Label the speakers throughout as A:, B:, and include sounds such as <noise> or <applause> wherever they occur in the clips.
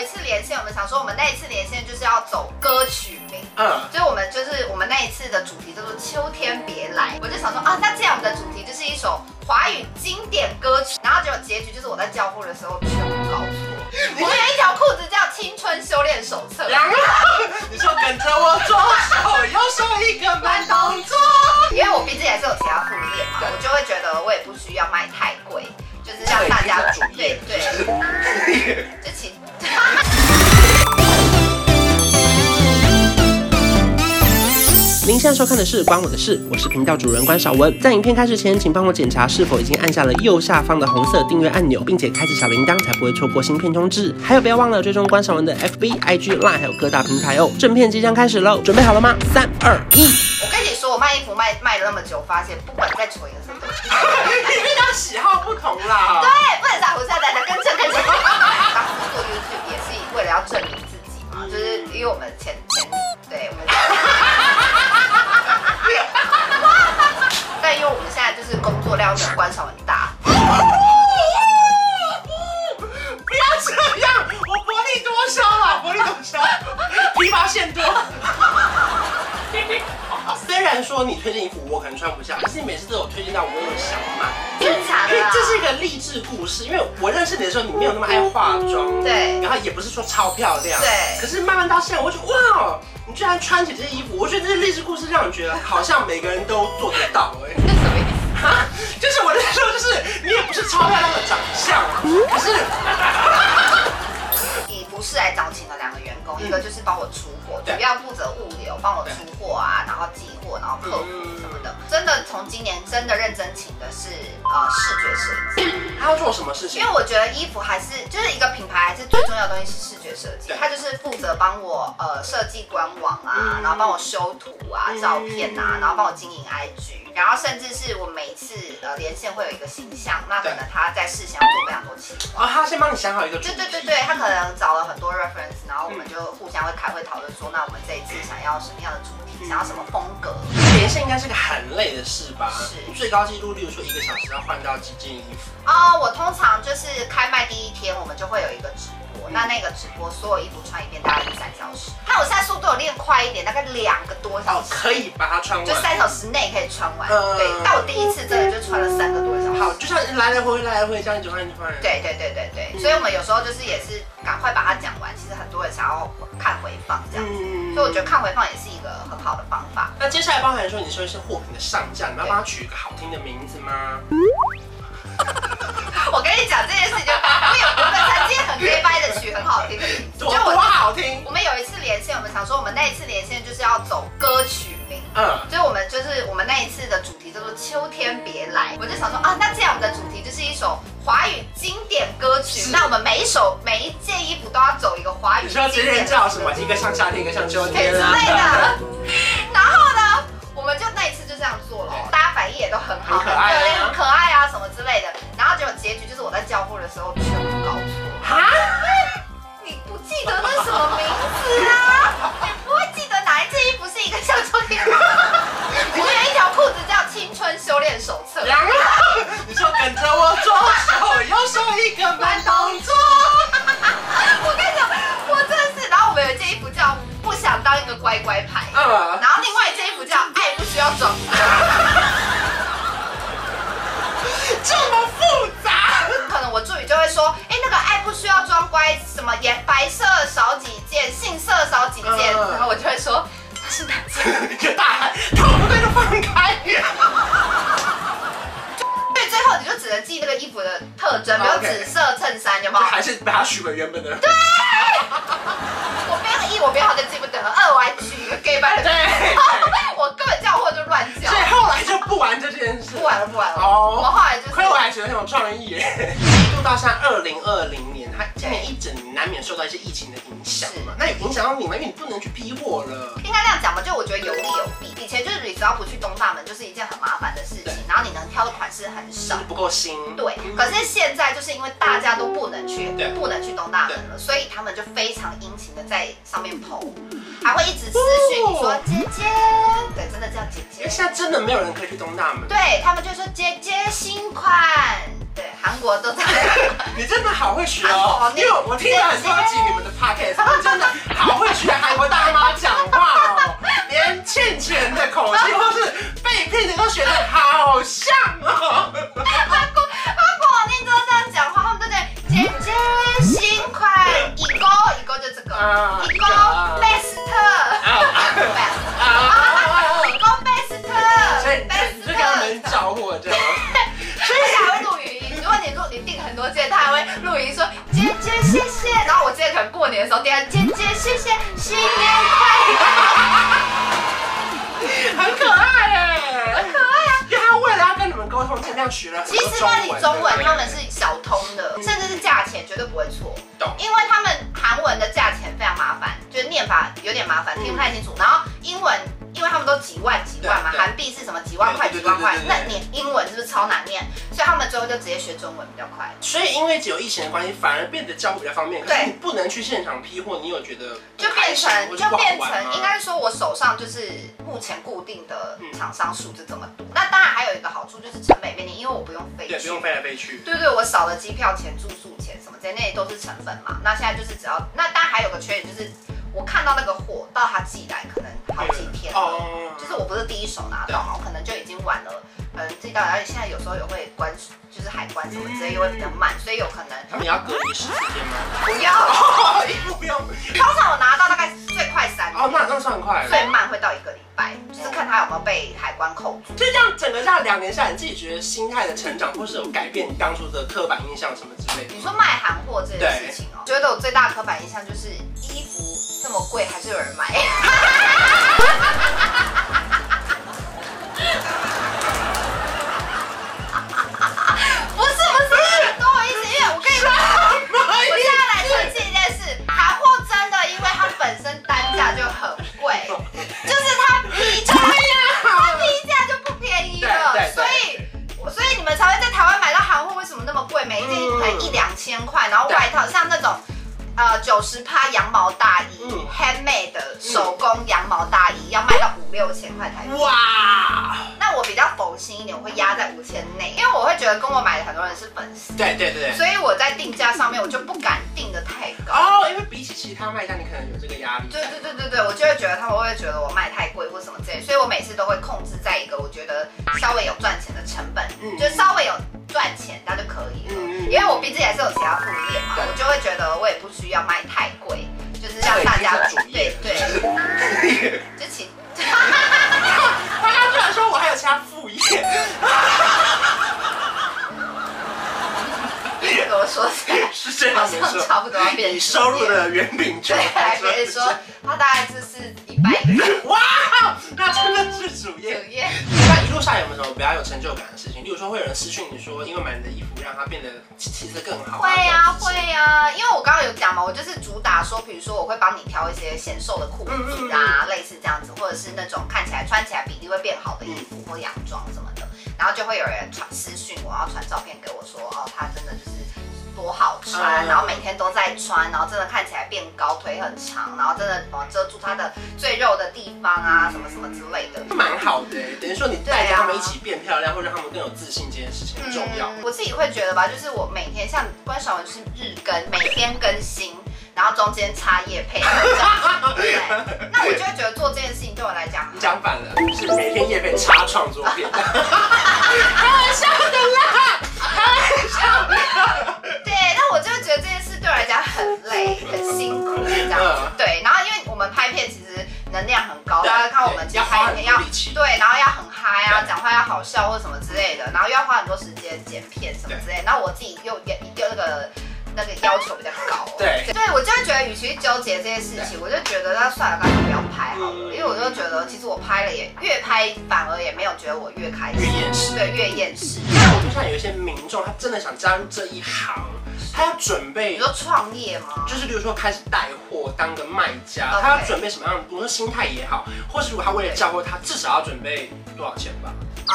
A: 一次连线，我们想说我们那一次连线就是要走歌曲名，
B: 嗯，
A: 所以我们就是我们那一次的主题叫做“秋天别来”，我就想说啊，那既然我们的主题就是一首华语经典歌曲，然后结果结局就是我在教会的时候全部搞错，我有一条裤子叫《青春修炼手册》，
B: 然后你说跟着我左手右手一个慢动作，
A: 因为我毕竟也是有其他副业嘛，我就会觉得我也不需要卖太贵，就是让大家
B: 这个已经
A: 对
B: 是主
A: 对，
B: 对，
A: 就 <laughs> 其。
C: 您现在收看的是《关我的事》，我是频道主人关少文。在影片开始前，请帮我检查是否已经按下了右下方的红色订阅按钮，并且开启小铃铛，才不会错过新片通知。还有，不要忘了追踪关少文的 FB、IG、Line，还有各大平台哦。正片即将开始喽，准备好了吗？三、二、一。
A: 我跟你说，我卖衣服卖卖了那么久，发现不管在球颜色都是，
B: 因为他喜好不同啦。
A: 对，不能打胡下蛋的，跟着跟着。当初做 YouTube 也是为了要证明自己嘛，就是因为我们前前对我们。但因为我们现在就是工作量跟关少很大，
B: 不要这样，我薄利多销啦，薄利多销，批发限多。虽然说你推荐衣服我可能穿不下，可是你每次都有推荐到我有想买，
A: 真的假
B: 因为
A: 的啊
B: 这是一个励志故事。因为我认识你的时候，你没有那么爱化妆，
A: 对
B: 然后也不是说超漂亮，
A: 对
B: 可是慢慢到现在，我就觉得哇，你居然穿起这些衣服，我觉得这些励志故事让你觉得好像每个人都做得到哎、
A: 这什么意思？
B: 啊，就是我的时候，就是你也不是超漂亮的长相，啊
A: 嗯
B: 可是
A: 以不是来找请了两个员工，一个就是帮我出货，
B: 对
A: 主要负责物流，帮我出货啊，然后寄货，然后客服什么的。真的从今年真的认真请的是呃视觉设计，
B: 他要做什么事情
A: 因为？我觉得衣服还是就是一个品牌，还是最重要的东西是视觉设计
B: 对，
A: 它就是负责帮我呃设计官网啊
B: 嗯，
A: 然后帮我修图啊、
B: 嗯
A: 照片啊，然后帮我经营 IG，然后甚至是我每一次呃连线会有一个形象，那可能他在事先要做非常多企划。
B: 哦，他先帮你想好一个主
A: 对
B: 题。
A: 对对对，他可能找了很多 reference，然后我们就互相会开会讨论说，那我们这一次想要什么样的主
B: 嗯
A: 题，想要什么风格？
B: 连线应该是个很累的事吧？
A: 是
B: 最高纪录，例如说一个小时要换到几件衣服。
A: 哦，我通常就是开卖第一天，我们就会有一个直播，
B: 嗯
A: 那那个直播所有衣服穿一遍大概是三小时，但我现在速度有练快一点，大概两个多小
B: 哦，
A: 时，
B: 可以把它穿完。
A: 就三小时内可以穿完。
B: 嗯
A: 对，但我第一次真的就穿了三个多小时。
B: 好，就像来来回回来来回这样一直换一直换。，
A: 对对对对对，所以我们有时候就是也是赶快把它讲完，其实很多人想要看回放这样，
B: 嗯
A: 所以我觉得看回放也是一个很好的方法。
B: 那接下来包含说，你说是货品的上架，你要帮它取一个好听的名字吗？
A: 我跟你讲这件事情就，我有我们曾经很 gay 掰的曲，很好听的名字，就
B: <laughs> 多多
A: 我
B: 好听。
A: 我们有一次连线，我们想说我们那一次连线就是要走歌曲名。
B: 嗯，
A: 所以我们就是我们那一次的主题叫做“秋天别来”，我就想说啊，那既然我们的主题就是一首华语经典歌曲
B: 是，
A: 那我们每一首每一件衣服都要走一个华语
B: 你
A: 经
B: 说
A: 典。
B: 这些人叫什么？一个像夏天，一个像秋
A: 对
B: 天
A: 之
B: 啊。
A: 类
B: <laughs>
A: 的。 <laughs> 然后呢，我们就那一次就这样做了哦，大家反应也都很好，
B: 很可爱啊
A: 热烈很可爱啊什么之类的。然后结果结局就是我在交货的时候全部搞错，
B: 啊？
A: <laughs> 你不记得那是什么名字啊？你不会记得哪一件衣服是一个像秋天？ <laughs> 我有一条裤子叫《青春修炼手册》。
B: 然后 <laughs> 你说跟着我左手右手一个慢动作。
A: <laughs> 我跟你讲，我真的是。然后我们有一件衣服叫“不想当一个乖乖牌”，
B: 嗯。
A: 然后另外一件衣服叫“爱不需要装”。
B: 这么复杂？
A: 可能我助理就会说，哎、那个爱不需要装乖，什么颜白色少几件，杏色少几件，
B: 嗯
A: 然后我就会说它是哪件？
B: 你就大喊，头不对就放开。
A: 所以最后你就只能记那个衣服的特征，比
B: 哦
A: 如
B: OK
A: 紫色衬衫，有没
B: 就
A: 有？
B: 还是把它取回原本的。
A: 我编了一，我编好就记不得了，二我还取一个 gay 班的，
B: 对
A: <laughs> 我根本叫货就乱叫
B: 所，以后来就不玩这件事。
A: 不玩了不玩了。
B: 哦
A: 我们后来就是
B: 亏我还觉得很有创意耶。一度到现在二零二零年，它今年一整年难免受到一些疫情的影响嘛，那也影响到你们，因为你不能去批货了。
A: 应该这样讲吧，就我觉得有利有弊。以前就是你只要不去东大门，就是一件很麻烦的事
B: 对
A: 情，然后你能挑的款式很少。
B: 不够新。嗯
A: 对，可是现在就是因为大家都不能去
B: 对，
A: 不能去东大门了，所以他们就非常殷勤的在上面 PO，还会一直私讯你说
B: 嗯哦
A: 姐姐，对，真的叫姐
B: 因为
A: 姐，
B: 现在真的没有人可以去东大门。
A: 对他们就说姐姐新款，对，韩国都在。
B: 你真的好会学
A: 好啊
B: 哦，
A: 你
B: 因为我听了很多集你们的 podcast，你真的好会学韩国大妈讲话
A: <laughs>
B: 哦，连倩倩的口气或是被骗的都学得好像
A: <laughs>
B: 哦。
A: 韩国韩国网恋都这样讲话，他们都在姐姐新快，一勾一勾就这
B: 啊
A: 个，一
B: 一
A: 勾
B: 勾
A: best，
B: 啊
A: 啊，
B: 啊啊啊
A: 一勾 best，
B: 所以你就跟他
A: best。
B: 们找我这样。
A: 所以还会录语音，如果你录你订很多件，他还会录语音说姐姐谢谢，然后我之前可能过年的时候订姐姐谢谢新年快乐，
B: 很可爱耶，
A: 很可爱啊。
B: 因为他为了要跟你们沟通，尽量学了很
A: 其
B: 多
A: 实那里中文
B: 对不对
A: 他们是小通的，甚至是价钱绝对不会错，
B: 懂
A: 因为他们韩文的价钱非常麻烦，就是念法有点麻烦，
B: 嗯
A: 听不太清楚。然后英文，因为他们都几万几万嘛，
B: 对对
A: 韩币是什么几万块
B: 对
A: 几
B: 对
A: 万块
B: 对，对
A: 那
B: 对
A: 你英文是不是超难念？所以他们最后就直接学中文比较快。
B: 所以因为只有疫情的关系，反而变得交互比较方便。可
A: 对
B: 是你不能去现场批货，你有觉得
A: 就变成
B: 不开心或是
A: 就
B: 不好
A: 变
B: 玩啊吗
A: 成，应该说我手上就是目前固定的厂商数就这么多。那当然还有一个好处就是成本便利，因为我不用飞
B: 对，不
A: 去
B: 用飞来飞去。
A: 对对，我少了机票钱、住宿钱什么这些，那些都是成本嘛。那现在就是只要，那当然还有个缺点就是，我看到那个货到他寄来可能好几天了，
B: 哦
A: 就是我不是第一手拿到嘛，我可能就已经晚了，嗯，寄到，而且现在有时候也会关，就是海关什么之类又会比较慢，所以有可能
B: 他们也要隔离十四天吗？
A: 不要。
B: 哦，不用。
A: 通常我拿到大概最快三
B: 哦，
A: 天，
B: 那那算快
A: 最
B: 了。
A: 慢会到一个礼拜，就是看他有没有被海关扣住。
B: 就这样，整个这样两年下来，你自己觉得心态的成长，或是有改变你当初的刻板印象什么之类的
A: 你？说卖韩货这件事情哦，觉得我最大的刻板印象就是衣服这么贵，还是有人买。 <laughs> 不是不是，懂我意思，因为我跟你说，我现在来澄清一件事，韩货真的，因为它本身单价就很贵，就是它比价，它比价就不便宜了
B: 对对，对
A: 所以。我所以你们才会在台湾买到韩货，为什么那么贵？每一件衣服才
B: 嗯
A: 一两千块，然后外套像那种。呃，九十趴羊毛大衣、
B: 嗯
A: h a n d m a d e 的手工羊毛大衣要卖到五六千块台币。
B: 哇，
A: 那我比较佛心一点，我会压在五千内，因为我会觉得跟我买的很多人是粉丝，
B: 对对对。
A: 所以我在定价上面我就不敢定的太高。
B: 哦，因为比起其他卖家，你可能有这个压力。
A: 对对对对对，我就会觉得他们会觉得我卖太贵或什么之类，所以我每次都会控制在一个我觉得稍微有赚钱的成本，
B: 嗯
A: 就稍微有赚钱那就可以了。
B: 嗯嗯嗯
A: 因为我毕竟也是有其他副业嘛，
B: 对
A: 我就会觉得我也不需要卖太贵，就是让大家
B: 这个已经是主
A: 对
B: 业
A: 对，
B: 对。
A: 就 <laughs> 请。
B: <laughs> 他刚居然说我还有其他副业，
A: 怎么说起来，
B: 是这
A: 好
B: 样没
A: 像
B: 错。
A: 差不多要变
B: 以收入
A: 了。
B: 的圆饼
A: 对
B: 状，
A: 来别 <laughs> 人说他大概就是一 <laughs> 半一半
B: 哇，那真的是主
A: 主
B: 业。
A: 业。
B: 那一路上有没有什么比较有成就感的事情？例如说会有人私讯你说，因为买你的衣服让它变得气色更好。
A: 会啊
B: 这种事情。
A: 会啊，因为我刚刚有讲嘛，我就是主打说，比如说我会帮你挑一些显瘦的裤子啊，类似这样子，或者是那种看起来穿起来比例会变好的衣服或洋装什么的，然后就会有人传私讯我，然后传照片给我说，哦，它真的就是。多好穿，
B: 嗯
A: 然后每天都在穿，然后真的看起来变高，腿很长，然后真的什么遮住它的赘肉的地方啊，什么什么之类的。
B: 蛮好的欸，等于说你
A: 啊
B: 带着他们一起变漂亮，或者让他们更有自信，这件事情很重要。
A: 我自己会觉得吧，就是我每天像关晓雯是日更，每天更新，然后中间插夜配，这样对不对？那我就会觉得做这件事情对我来讲
B: 你，讲反了，是每天夜被插创作
A: <laughs>
B: 片。开玩笑的啦，开玩笑的。
A: 对，那我就会觉得这件事对我来讲很累，很辛苦这样子。对，然后因为我们拍片其实能量很高，
B: 对
A: 大家看我们其实
B: <laughs> 要花
A: 拍
B: 很
A: 片
B: 多
A: 要
B: 力气
A: 对，然后要很嗨啊，
B: 对
A: 讲话要好笑或什么之类的，然后又要花很多时间剪片什么之类的，然后我自己又也又那个。那个要求比较高，
B: 对
A: 对，我就会觉得，与其纠结这些事情，我就觉得那算了，干脆不要拍好了，
B: 嗯
A: 因为我就觉得，其实我拍了也越拍，反而也没有觉得我越开心，
B: 越厌世
A: 对，越厌世。
B: 但我就像有一些民众，他真的想加入这一行，他要准备
A: 你，说创业吗？
B: 就是比如说开始带货，当个卖家
A: OK，
B: 他要准备什么样的，比如说心态也好，或是如果他为了教货，他至少要准备多少钱吧？
A: 哦，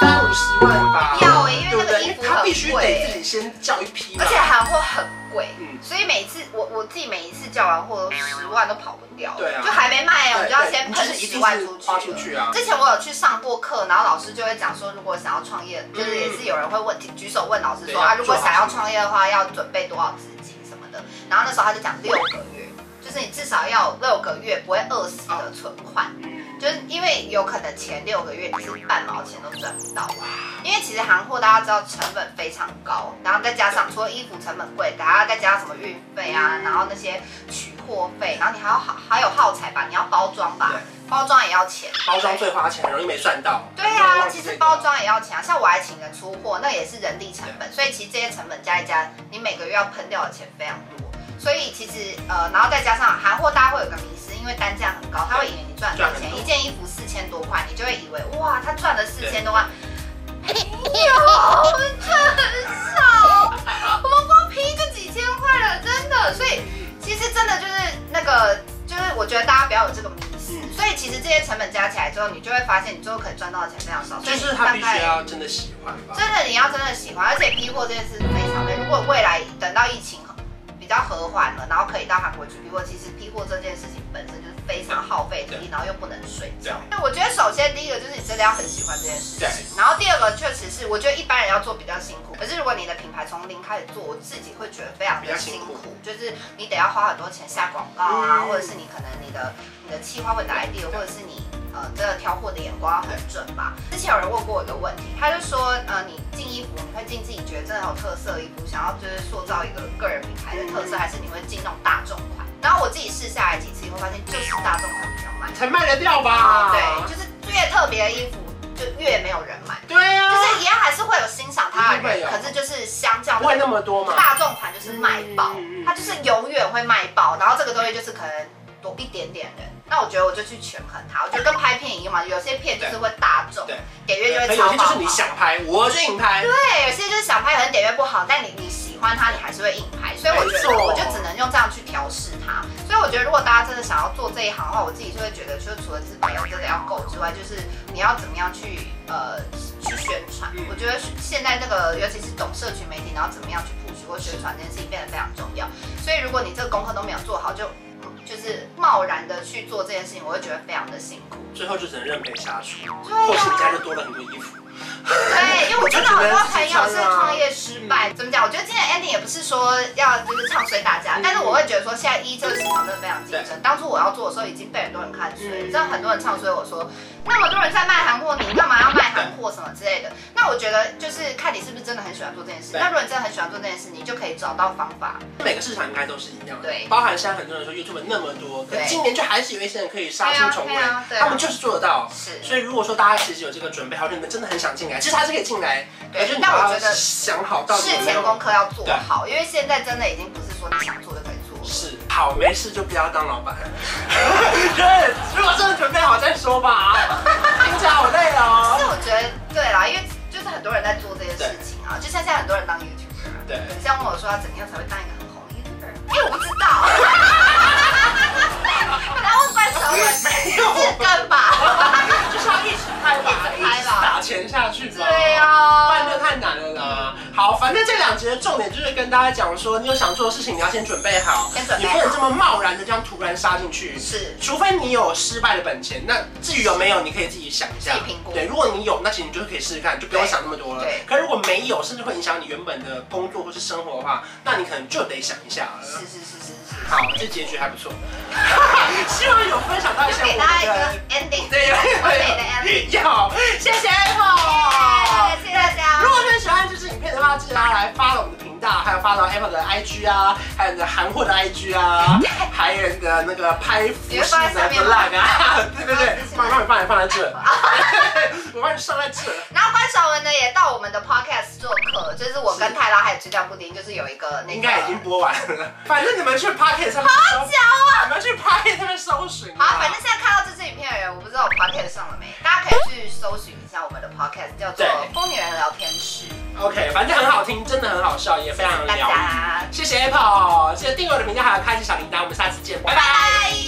B: 三五十万吧，
A: 要欸因为
B: 对不
A: 那个
B: 对？
A: 衣服
B: 因为他必须
A: 很贵
B: 得自己先叫一批嘛
A: 而且。韩货很贵，
B: 嗯
A: 所以每次我我自己每一次叫完货十万都跑不掉，
B: 对啊
A: 就还没卖哦，
B: 对
A: 我就要先
B: 对
A: 喷
B: 你就是一定
A: 十万
B: 是
A: 出去
B: 花
A: 了。
B: 出去啊
A: 之前我有去上过课，然后老师就会讲说，如果想要创业，就是也是有人会问举手问老师
B: 对
A: 说
B: 要
A: 啊，如果
B: 做好
A: 想要
B: 事
A: 创业的话，要准备多少资金什么的。然后那时候他就讲六个月，就是你至少要有六个月不会饿死
B: 啊
A: 的存款。
B: 嗯，
A: 就是因为有可能前六个月你是半毛钱都赚不到啊，因为其实行货大家知道成本非常高，然后再加上除了衣服成本贵，还要再加上什么运费
B: 嗯
A: 啊，然后那些取货费，然后你还要好还有耗材吧，你要包装吧
B: 对，
A: 包装也要钱，
B: 包装最花钱，很容易没赚到。
A: 对啊，
B: 忘记
A: 其
B: 这
A: 实
B: 个
A: 包装也要钱啊，像我还请人出货，那也是人力成本，所以其实这些成本加一加，你每个月要喷掉的钱非常多。所以其实呃，然后再加上韩货，大家会有个迷思，因为单价很高，他会以为你赚很多
B: 赚很
A: 钱，
B: 多
A: 一件衣服四千多块，你就会以为哇，他赚了四千
B: <laughs>
A: 多块。哎没有，我们赚很少，我们光皮就几千块了，真的。所以其实真的就是那个，就是我觉得大家不要有这个迷思。
B: 嗯
A: 所以其实这些成本加起来之后，你就会发现你最后可能赚到的钱非常少。所
B: 就
A: 以
B: 是
A: 大
B: 他必
A: 概
B: 须啊要真的喜欢吧。
A: 真的你要真的喜欢，而且批货这件事非常累。如果未来等到疫情比较和缓了，然后可以到韩国去批货，其实批货这件事情本身就是非常耗费体力，然后又不能睡觉。那我觉得首先第一个就是你真的要很喜欢这件事
B: 对
A: 情，然后第二个确实是我觉得一般人要做比较辛苦，可是如果你的品牌从零开始做，我自己会觉得非常
B: 比较
A: 的
B: 辛
A: 辛
B: 苦
A: 苦，就是你得要花很多钱下广告啊，
B: 嗯
A: 或者是你可能你的你的企划会的 idea，
B: 对
A: 或者是你呃真的挑货的眼光很准吧。之前有人问过我一个问题，他就说呃你进衣服，你会进自己觉得真的有特色的衣服，想要就是塑造一个个人品牌的特色，还是你会进那种大众款？然后我自己试下来几次以后，发现就是大众款比较卖。
B: 才卖得掉吧？
A: 对，就是越特别的衣服就越没有人买，
B: 对啊，
A: 就是也还是会有欣赏它的
B: 一定
A: 人，
B: 会有
A: 可是就是相较
B: 不会那么多嘛。
A: 大众款就是卖爆
B: 嗯嗯嗯，
A: 它就是永远会卖爆，然后这个东西就是可能多一点点人。那我觉得我就去权衡它，我觉得跟拍片一样嘛，有些片就是会大众
B: 对，
A: 点阅就
B: 可
A: 会
B: 有
A: 超
B: 些就
A: 爆
B: 是
A: 好。
B: 你想拍，我就硬拍。
A: 对，有些就是想拍，可能点阅不好，但你你喜欢它，你还是会硬拍。所以我觉
B: 没
A: 得
B: 错
A: 我就只能用这样去调试它。所以我觉得如果大家真的想要做这一行的话，我自己就会觉得，就是除了资本要真的要够之外，就是你要怎么样去呃去宣传
B: 嗯。
A: 我觉得现在这个尤其是懂社群媒体，然后怎么样去 push 或宣传这件事情变得非常重要。所以如果你这个功课都没有做好，就嗯就是贸然的去做这件事情，我会觉得非常的辛苦。
B: 最后就只能认赔杀出，
A: 对啊
B: 或是你家就多了很多衣服。
A: 哎对，因为我真的很多朋友是创业失败，怎么讲？我觉得今天 ending 也不是说要就是唱衰大家，但是我会觉得说现在 E 一这个市场真的非常竞争。当初我要做的时候已经被很多人看衰，真的很多人唱衰我说，那么多人在卖韩货，你干嘛要卖韩货什么之类的？那我觉得就是看你是不是真的很喜欢做这件事。
B: 对
A: 那如果你真的很喜欢做这件事，你就可以找到方法。
B: 每个市场应该都是一样的，
A: 对
B: 包含现在很多人说 YouTube 那么多，可
A: 对
B: 是今年就还是有一些人可以杀出重围
A: 对啊对啊，对啊
B: 他们就是做得到。
A: 是
B: 所以如果说大家其实有这个准备，好，你们真的很想进来，其实还是可以进来，
A: 对
B: 可是你
A: 但我
B: 要
A: 觉得
B: 想好到底有
A: 事
B: 没
A: 前
B: 有
A: 功课要做好，因为现在真的已经不是说你想做就可以做了。
B: 是好，没事就不要当老板。 <laughs> 对，如果真的准备好再说吧。啊，听起来好累
A: 但
B: 哦。
A: 是我觉得对啦，因为就是很多人在做这件事情啊，就像现在很多人当 YouTuber，啊
B: 对 <laughs>
A: 你像问我说要怎样才会当一个很红的 YouTuber，因为我不知道，本来问关小文
B: 没有
A: 日更吧，
B: 就是要一直拍吧，
A: 一直拍吧
B: 一直打钱下去吧。
A: 对
B: 不然就
A: 啊，
B: 太难了啦。好，反正这两集的重点就是跟大家讲说，你有想做的事情，你要先准备好，
A: 先准备
B: 你
A: 好
B: 不能这么贸然的这样突然杀进去。
A: 是
B: 除非你有失败的本钱，那至于有没有，你可以自己想一下，
A: 自己评估
B: 对，如果你有，那其实你就是可以试试看，就不用
A: 对
B: 想那么多了。
A: 对
B: 可如果没有，甚至会影响你原本的工作或是生活的话，那你可能就得想一下了。
A: 是是是是是，
B: 好，这结局还不
A: <laughs>
B: 错，希望有分享到一
A: 就
B: 些
A: 给
B: 我
A: 大家一个
B: 们的。
A: ending，
B: 对，
A: 完美的 ending
B: 有，谢谢 Apple。
A: 耶谢谢大家
B: 如果你们喜欢这支影片的话，记得要来 follow 我们的频道，还有 follow Apple 的 IG 啊，还有你的韩货的 IG 啊，还有你的那个拍服饰的 vlog 啊， <laughs> 对对对，放放放放在这， <laughs> 我帮你上在这。
A: 然后关小文呢也到我们的 podcast 做客，就是我跟泰拉还有鸡蛋布丁，就是有一个那个
B: 应该已经播完了，反正你们去 Pocket 上面
A: 好
B: 搜，
A: 久啊。
B: 你们去 Pocket 上面搜寻啊。
A: 好，反正现在看到这支影片的人，我不知道我 podcast 上了没，大家可以去搜寻一下我们的 podcast，叫做
B: 对
A: 《疯女人聊天室
B: OK，反正很好听，真的很好笑，也》，非常
A: 大
B: 疗愈。
A: 家
B: 谢谢 Apple，记得订阅我的评价，还有开启小铃铛，我们下次见，拜拜
A: 拜。拜。